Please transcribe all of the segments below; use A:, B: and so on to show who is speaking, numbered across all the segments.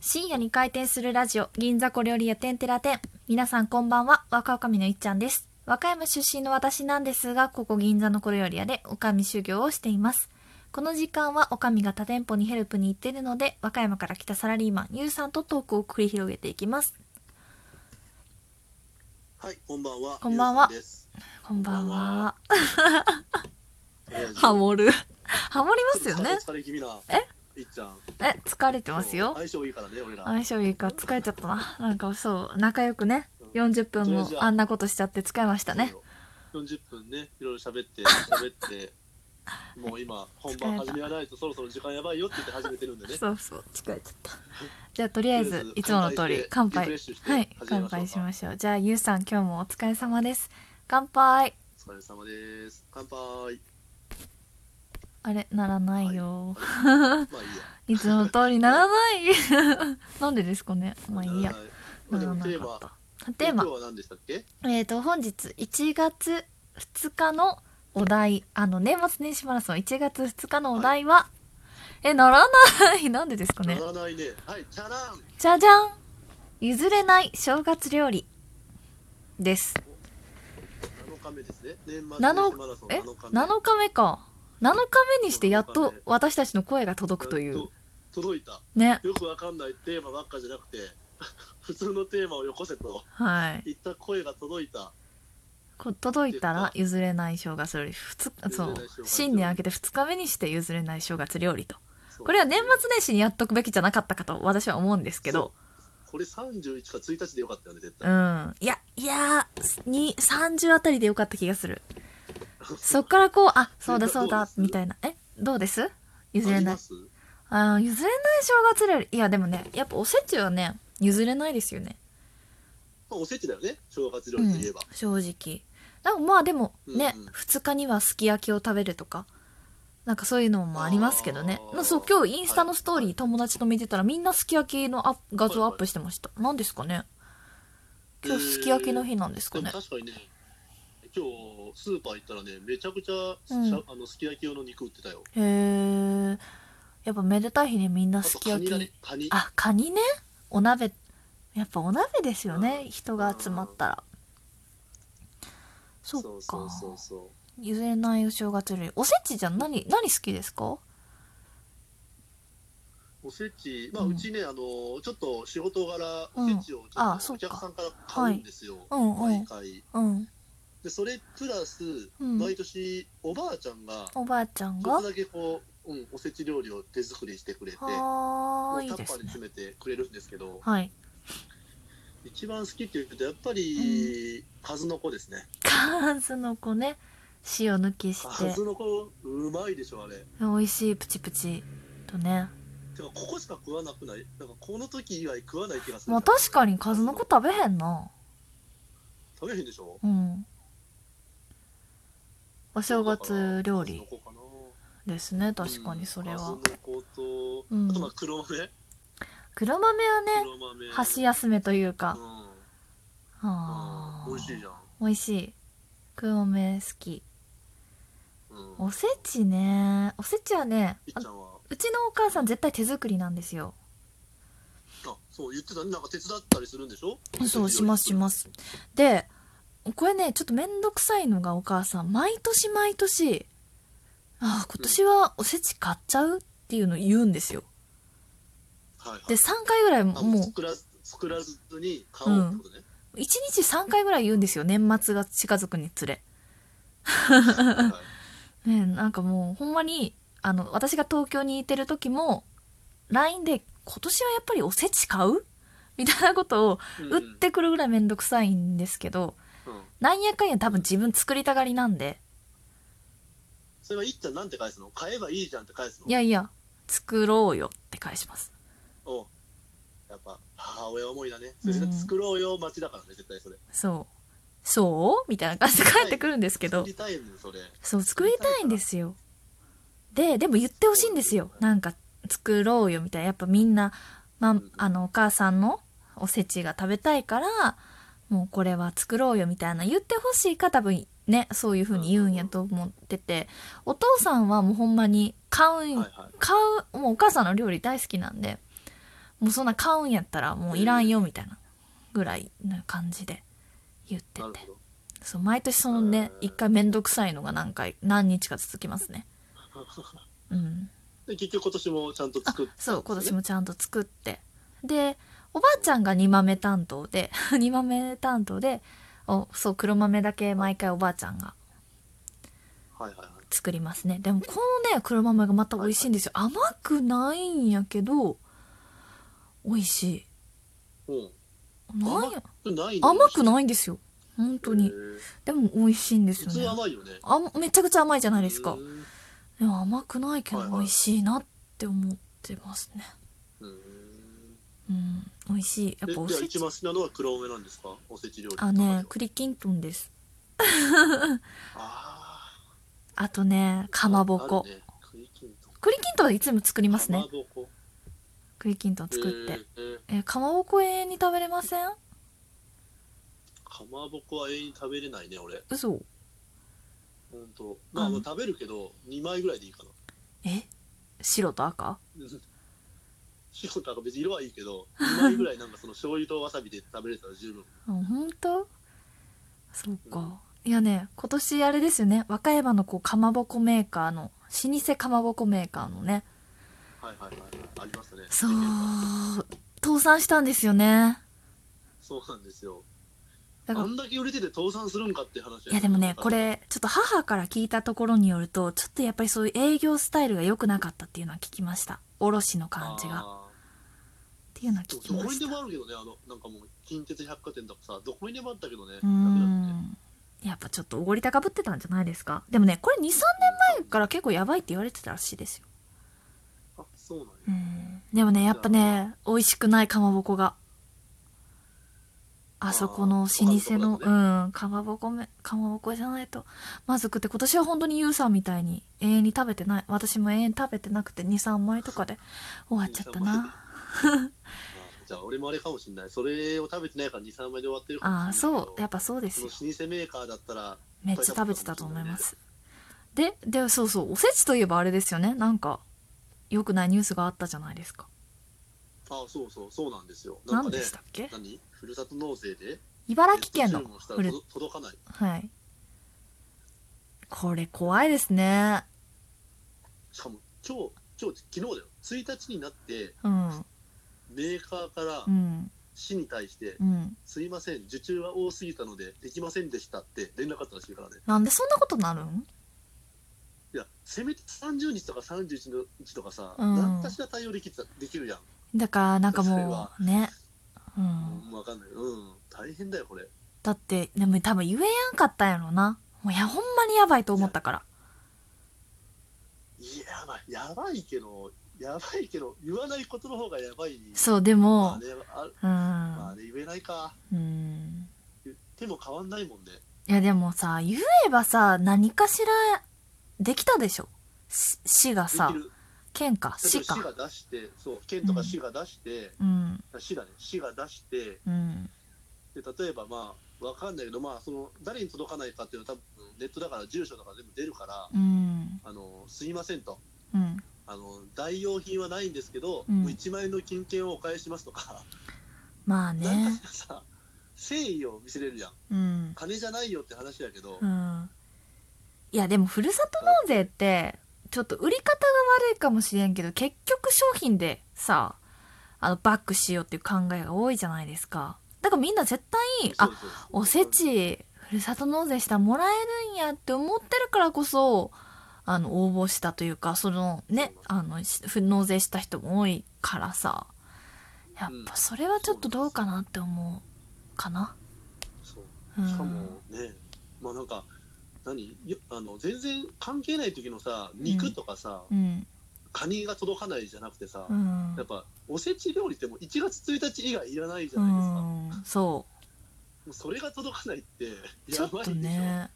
A: 深夜に開店するラジオ銀座小料理屋テンテラテン皆さんこんばんは若女将のいっちゃんです和歌山出身の私なんですがここ銀座の小料理屋で女将修行をしていますこの時間は女将が他店舗にヘルプに行っているので和歌山から来たサラリーマンゆうさんとトークを繰り広げていきます
B: はい、こんばんは。
A: こんばんは
B: ゆうさです
A: こんばんは
B: とりあえず
A: ハモるハモりますよね
B: 疲れ気味な。いっちゃん。
A: え疲れてますよ
B: 相性いいからね、俺ら。
A: 相性いいから疲れちゃったななんかそう仲良くね40分もあんなことしちゃって疲れましたね。
B: 40分ね、いろいろ 喋って、喋って。もう今、本番始めないと、そろそろ時間やばいよって言って始めてるんでね。
A: そうそう疲れちゃったじゃあとりあえず
B: とりあえず
A: いつもの通り乾杯
B: 乾杯
A: は
B: して
A: い
B: リフレッシュして
A: 乾杯し
B: 始め
A: ましょうじゃあゆうさん今日もお疲れ様です乾杯
B: お疲れ様です。乾杯。
A: あれならない よ、
B: まあいいや。
A: い、つもの通りならない なんでですかねまあいいや
B: はい。まあ
A: な
B: で
A: らなか
B: もテー
A: っ
B: マ。
A: たテーマ
B: 今日は何でしたっけ
A: えっ、と本日1月2日のお題あの年末年始マラソン1月2日のお題は、えならない なんでですか
B: な
A: ね
B: らないね。はい、チャラン
A: じゃじゃん譲れない正月料理です
B: 7日目ですね。年末年始
A: な
B: マ
A: の
B: ラソン
A: え
B: 7日目。
A: 7日目か7日目にしてやっと私たちの声が届くとい
B: やっ
A: う
B: 届いた。
A: ね
B: よくわかんないテーマばっかじゃなくて 普通のテーマをよこせと
A: はい
B: いった声が届いた
A: こ届いたら譲れない正月料理ふつそ
B: 譲れない正月料
A: う
B: 理
A: 新年明けて2日目にして譲れない正月料理と
B: そう
A: これは年末年始にやっとくべきじゃなかったかと私は思うんですけど
B: そうこれ31か1日でよかったよね絶
A: う
B: 対、
A: んいやいやーに30あたりでよかった気がする そっからこうあそうだそうだみたいなえどうです譲
B: あ
A: れ
B: り
A: ない
B: ます
A: あー譲れない正月料理いやでもねやっぱおせちはね譲れないですよね、
B: まあおせちだよね正月料
A: う
B: 理と
A: ん
B: いえば、、
A: 正直なんかまあでもね、
B: うんうん
A: 2日にはすき焼きを食べるとかなんかそういうのもありますけどね
B: あー
A: なそう今日インスタのストーリー、
B: はい
A: 友達と見てたらみんなすき焼きのアップ画像アップしてました、なんですかね今日すき焼きの日なんですか
B: でも
A: ね、
B: 確かにね今日スーパー行ったらねめちゃくちゃ、
A: うん
B: しゃあのすき焼き用の肉売ってたよ
A: へえやっぱめでたい日にみんな
B: あ
A: す
B: と
A: き
B: カ
A: 焼
B: ニ
A: き
B: だねカニ
A: あカニねお鍋やっぱお鍋ですよね、
B: うん
A: 人が集まったら、そっか
B: そうそうそうそ
A: 譲れないお正月料理おせちじゃん何何好きですか
B: うおせちまあ
A: うん
B: うちね、あのちょっと仕事柄
A: う
B: お
A: ん
B: せちをちょ
A: あ
B: っと
A: そう
B: お
A: か
B: 客さんから買うんですよ、
A: うんう
B: 毎
A: ん
B: 回
A: うん
B: でそれプラス、
A: うん
B: 毎年おばあちゃんが
A: おばあちゃん
B: 一
A: が
B: つだけこう、うん、おせち料理を手作りしてくれて
A: はーいい
B: タッ
A: い
B: パ
A: で
B: ー
A: す
B: に
A: ね
B: 詰めてくれるんですけど
A: はい
B: 一番好きっていうとやっぱり、数の子ですね
A: 数の子ね塩抜きして
B: 数の子うまいでしょあれて
A: 美味しいプチプチとね
B: かここしか食わなくないなんかこの時以外食わない気がする
A: まあ確かに数の子
B: 食
A: 食べへんな
B: べへんでしょ
A: うんお正月料
B: だ
A: 理
B: から数の子かな
A: ですね確かにそれ
B: う
A: は
B: ん数の子と、
A: うん
B: あとまあ黒豆
A: 黒豆はね
B: 黒豆
A: 箸休めというか、
B: うん、
A: あ
B: う
A: ー
B: ん、美味しいじゃん、
A: 美味しい黒豆好き
B: うん、
A: おせちねおせちはね
B: いっ
A: あ
B: ちゃんは
A: うちのお母さん絶対手作りなんですよ
B: あそう言ってたねなんか手伝ったりするんでしょ
A: そうしますし
B: す
A: ますでこれねちょっとめんどくさいのがお母さん毎年毎年ああ今年はおせち買っちゃうっていうの言うんですよ
B: はい、はい、
A: で3回ぐらいも
B: あもう
A: も
B: 作らず作らずに買おうってことね、
A: う1日3回ぐらい言うんですよ年末が近づくにつれ
B: はい
A: ねえなんかもうほんまにあの私が東京にいてる時も LINE で「今年はやっぱりおせち買う?」みたいなことを
B: うん
A: 打ってくるぐらいめんどくさいんですけど、
B: うん、
A: なんやかんや多分自分作りたがりなんで
B: それはいっちゃんなんて返すの買えばいいじゃんって返すの
A: いやいや作ろうよって返します
B: おうやっぱ母親思いだねそれ作ろうよ待ちだからね絶対それ
A: そうそうみたいな感じで返ってくるんですけど
B: 作りたいのよそれ
A: そう作りたいんですよででも言ってほしいんですよなんか作ろうよみたいなやっぱみんな、ま
B: ん
A: あ、あのお母さんのおせちが食べたいからもうこれは作ろうよみたいな言ってほしいか多分ねそういう風に言うんやと思っててお父さんはもうほんまに買うん、
B: はいはい
A: 買うもうお母さんの料理大好きなんでもうそんな買うんやったらもういらんよみたいなぐらいな感じで言って
B: なる
A: て
B: ほど
A: そう毎年そのね
B: うん
A: 一回面倒くさいのが何回何日か続きます ねうん
B: で結局今年もちゃんと作って
A: そう今年もちゃんと作ってでおばあちゃんが煮豆担当で 煮豆担当でおそう黒豆だけ毎回おばあちゃんが
B: はいはいはい
A: 作りますねでもこのね黒豆がまた美味しいんですよ甘くないんやけど美味しい
B: うん
A: なんや
B: これないの
A: 甘くないんですよ本当
B: へ
A: に
B: ー
A: でも美味しいんですよ
B: 普通
A: ね
B: 甘いよね
A: あんめちゃくちゃ甘いじゃないですか
B: うん
A: でも甘くないけど
B: はいはい
A: 美味しいなって思ってますね
B: うん
A: うん美味しいや
B: え
A: っぱお
B: じゃあ
A: せ
B: 一
A: ち
B: 番好きなのは黒梅なんですかおせち料理
A: あね栗きんとんです
B: あ
A: あとね
B: ー
A: かまぼこ
B: あるね栗きんとん
A: 栗きんとんはいつも作ります
B: か
A: ね
B: まぼこ
A: 栗きんとん作って
B: えーえー
A: えかまぼこ永遠に食べれません
B: かまぼこは永遠に食べれないね俺
A: 嘘
B: ほんとまあ
A: うん
B: まあ食べるけど2枚ぐらいでいいかな
A: え白と赤
B: 白なんか別に色はいいけど2枚ぐらいなんかその醤油とわさびで食べれたら十分
A: あ本当そうかいやね今年あれですよね和歌山のこうかまぼこメーカーの老舗かまぼこメーカーのね
B: はいはいはいはいありますね
A: そう倒産したんですよね
B: そうなんですよ
A: だか
B: あ
A: ら
B: んだけ売れてて倒産するんかって話
A: いやでもねこ
B: は
A: れちょっと母から聞いたところによるとちょっとやっぱりそういう営業スタイルが良くなかったっていうのは聞きました卸の感じがっ
B: あ
A: ていうのは
B: ー
A: 聞き
B: ど
A: ま
B: こに
A: し
B: で
A: た
B: もあるけどねあのなんかもう近鉄百貨店とかさどこにでもあったけどね
A: うーんやっぱちょっとおごり高ぶってたんじゃないですかでもねこれ23年
B: 前
A: から結構やばいって言われてたらしいですよ
B: あそうなんや
A: うんでもねやっぱね美味しくないかまぼこがあそこの老舗の
B: あ
A: う
B: ー他のとこだと
A: んかまぼこめかまぼこじゃないとまずくて今年は本当にユウさんみたいに永遠に食べてない私も永遠に食べてなくて23枚とかで終わっちゃったな
B: あじゃあ俺もあれかもしんないそれを食べてないから23枚で終わってるかも
A: ああー
B: しんないけど
A: そうやっぱそうです
B: そ
A: よ
B: の老舗メーカーだったら
A: めっちゃ食べてたと思いますででそうそうおせちといえばあれですよねなんか良くないニュースがあったじゃないですか
B: あそうそうそうなんですよな
A: 何
B: んかね
A: でしたっけ
B: 何ふるさと納税で
A: 茨城県の
B: ネット注文した
A: ふ
B: ら
A: る
B: 届届かない
A: はい。これ怖いですね。
B: しかも今日今日昨日だよ1日になって
A: うん。
B: メーカーから
A: うん。
B: 市に対して、
A: うん。
B: すいません受注は多すぎたのでできませんでしたって連絡あったらしいからね
A: なんでそんなことなるん
B: いやせめて30日とか31日とかさ、
A: うん
B: 何かしら対応できたできるやん、
A: だから、なんか
B: それ
A: も
B: は
A: う、ね。うん。
B: 分かんないうん大変だよこれ
A: だって、でも多分言えやんかったんやろな。もういや、ほんまにやばいと思ったから。
B: いやばいやばいけどやばいけど言わないことの方がやばい
A: そう、でも、
B: まあねあ
A: う
B: まあ
A: ん。
B: ね言えないか
A: うん。
B: 言っても変わんないもんね
A: いや、でもさ、言えばさ、何かしら、できたでしょ。し市が
B: で
A: さ
B: き、る
A: 県か、
B: だけど
A: 市か
B: 市。が出してそう県とか市が出して、
A: うん。
B: 市だね市が出して
A: うん。
B: で例えばまあわかんないけどまあその誰に届かないかっていうのは多分ネットだから住所とか全部出るから、
A: うん。
B: あのすいませんと
A: うん。
B: あの代用品はないんですけど、
A: うん
B: もう1万円の金券をお返ししますとか、
A: まあ
B: なん
A: ね
B: か。さ誠意を見せれるやん
A: うん。
B: 金じゃないよって話やけど、
A: うんいやでもふるさと納税ってちょっと売り方が悪いかもしれんけど結局商品でさあのバックしようっていう考えが多いじゃないですかだからみんな絶対
B: そう
A: あ
B: そうそう
A: おせちふるさと納税したらもらえるんやって思ってるからこそあの応募したというかそのねあのしふ納税した人も多いからさやっぱそれはちょっとどうかなって思うかな。
B: そう
A: うん、
B: しかもねまあなんか何よあの全然関係ない時のさ肉とかさ、
A: うん
B: カニが届かないじゃなくてさ、
A: うん
B: やっぱおせち料理ってもう1月1日以外いらないじゃないですか、も
A: うん、そう
B: うそれが届かないって
A: うちょ
B: や
A: っ
B: ばいでし
A: と
B: ょ、
A: ねっ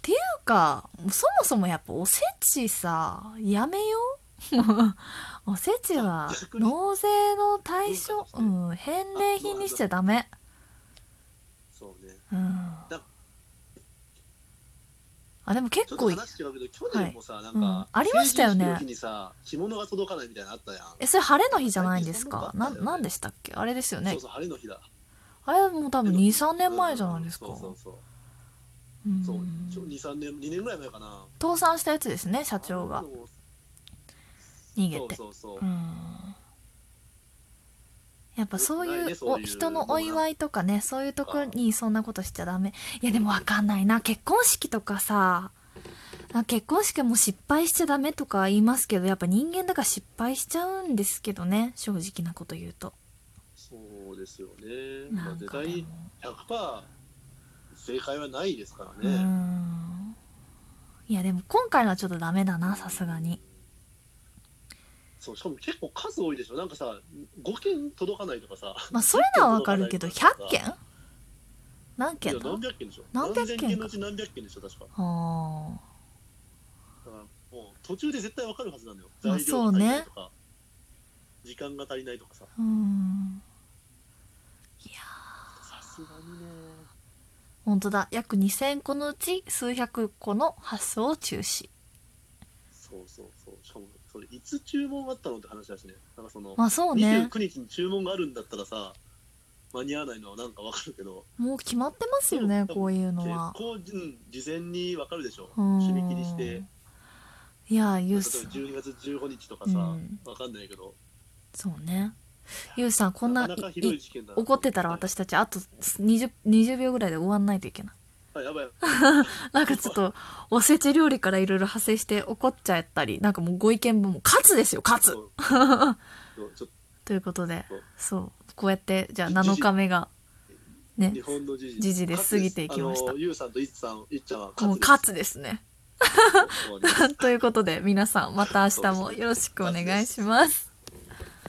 A: ていうかそもそもやっぱおせちさやめよう おせちは
B: 逆に
A: 納税の対象、
B: 文化として
A: うん、返礼品にしちゃダメ、
B: そうね
A: うん、あ
B: だ
A: あでも
B: ちょ
A: 結
B: っと
A: 構いい
B: 話違うけど去年もさ、なんか、
A: うんありましたよね
B: 成人式の日にさ着物が届かないみたいなのあったやん
A: えそれ晴れの日じゃないんですか
B: 最近そんな
A: な
B: のあったよね
A: なんでしたっけあれですよね
B: そうそう晴れの日だ
A: あれもう多分
B: でも
A: 23年前じゃないですか
B: うんそうそう
A: う
B: そうそうんちょ23年2年ぐらい前かな
A: 倒産したやつですね社長
B: あ
A: が
B: の
A: 逃げ
B: そう
A: て
B: そうそう、
A: うんやっぱそう
B: 良くない
A: い
B: ね
A: う
B: そう
A: お
B: いう
A: 人のお祝いとかねそういうとこにそんなことしちゃダメいやでもわかんないな結婚式とかさあ結婚式も失敗しちゃダメとか言いますけどやっぱ人間だから失敗しちゃうんですけどね正直なこと言うと
B: そうですよねま
A: な
B: あ
A: ん
B: 絶
A: かで
B: 対
A: も
B: 100%正解はないですから
A: うー
B: ね
A: んいやでも今回のはちょっとダメだなさすが に
B: そうしかも結構数多いでしょなんかさ5件届かないとかさ
A: まあそういうのはわかるけど100件何
B: いや
A: 件だ
B: 何百件でしょ
A: 何百件か
B: 何千件のうち何百件でしょ確か
A: ああ
B: だからもう途中で絶対わかるはずなんだよ。
A: まあ
B: 材料が足りないとか、時間が足りないとかさ。
A: うーんいや
B: さすがにね。
A: 本当だ約2,000個のうち数百個の発送を中止
B: そうそうそう。しかも、それいつ注文があったのって話だしね。なんかその、
A: まあそうね
B: 29日に注文があるんだったらさ、間に合わないのはなんかわかるけど、
A: もう決まってますよね
B: そう
A: こういうの
B: 結
A: は
B: 構、うん、事前にわかるでしょ。
A: うーん
B: 締め切りして、例え
A: いやユ
B: ば
A: ウさん
B: 12月15日とか
A: う
B: さ、わ
A: ん
B: かんないけど。
A: そうねユウさんこんな
B: なかかひ
A: い
B: どい
A: い
B: 事件だな
A: 怒ってたら。私たちあと 20, 20秒ぐらいで終わんないといけない
B: あ、やば い。
A: なんかちょっとおせち料理からいろいろ派生して怒っちゃったりなんかもうご意見ももう勝つですよ勝つ
B: そうそうちょっ
A: ということで
B: そう
A: そうこうやってじゃあ
B: じじ
A: 7日目がね
B: と日本の時事
A: 時事で
B: 勝つ
A: 過ぎていきました
B: あのゆうさんといっさん、いっちゃんは
A: もう
B: です
A: 勝つですね
B: そうね
A: ということで皆さんまた明日もよろしくお願いします